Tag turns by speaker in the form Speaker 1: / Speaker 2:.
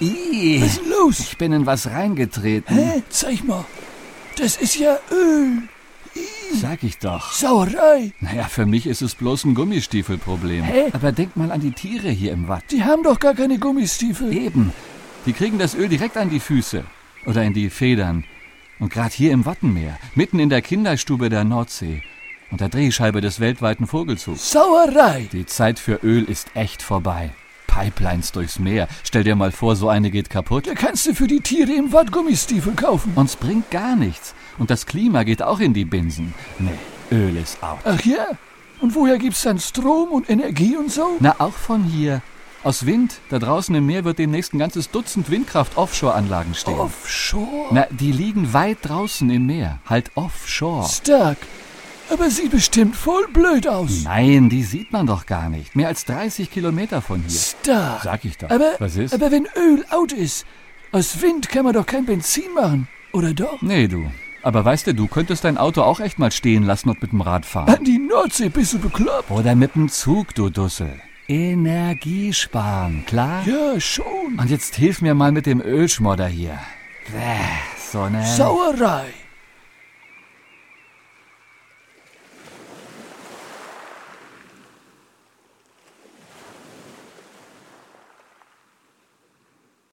Speaker 1: Ih,
Speaker 2: Was ist denn los?
Speaker 1: ich bin in was reingetreten.
Speaker 2: Hä? Zeig mal. Das ist ja Öl.
Speaker 1: Sag ich doch.
Speaker 2: Sauerei.
Speaker 1: Naja, für mich ist es bloß ein Gummistiefelproblem.
Speaker 2: Hä?
Speaker 1: Aber denk mal an die Tiere hier im Watt.
Speaker 2: Die haben doch gar keine Gummistiefel.
Speaker 1: Eben. Die kriegen das Öl direkt an die Füße. Oder in die Federn. Und gerade hier im Wattenmeer, mitten in der Kinderstube der Nordsee. Und der Drehscheibe des weltweiten Vogelzugs.
Speaker 2: Sauerei.
Speaker 1: Die Zeit für Öl ist echt vorbei. Pipelines durchs Meer. Stell dir mal vor, so eine geht kaputt.
Speaker 2: Da kannst du für die Tiere im Watt Gummistiefel kaufen.
Speaker 1: Uns bringt gar nichts. Und das Klima geht auch in die Binsen. Nee, Öl ist out.
Speaker 2: Ach ja? Und woher gibt's dann Strom und Energie und so?
Speaker 1: Na, auch von hier. Aus Wind. Da draußen im Meer wird demnächst ein ganzes Dutzend Windkraft-Offshore-Anlagen stehen.
Speaker 2: Offshore?
Speaker 1: Na, die liegen weit draußen im Meer. Halt offshore.
Speaker 2: Stark. Aber sieht bestimmt voll blöd aus.
Speaker 1: Nein, die sieht man doch gar nicht. Mehr als 30 Kilometer von hier.
Speaker 2: Stark.
Speaker 1: Sag ich doch.
Speaker 2: Aber,
Speaker 1: Was ist?
Speaker 2: aber wenn Öl out ist, aus Wind kann man doch kein Benzin machen, oder doch?
Speaker 1: Nee, du. Aber weißt du, du könntest dein Auto auch echt mal stehen lassen und mit dem Rad fahren.
Speaker 2: An die Nordsee bist du bekloppt?
Speaker 1: Oder mit dem Zug, du Dussel. Energie sparen, klar?
Speaker 2: Ja, schon.
Speaker 1: Und jetzt hilf mir mal mit dem Ölschmodder hier. Bäh, so eine...
Speaker 2: Sauerei.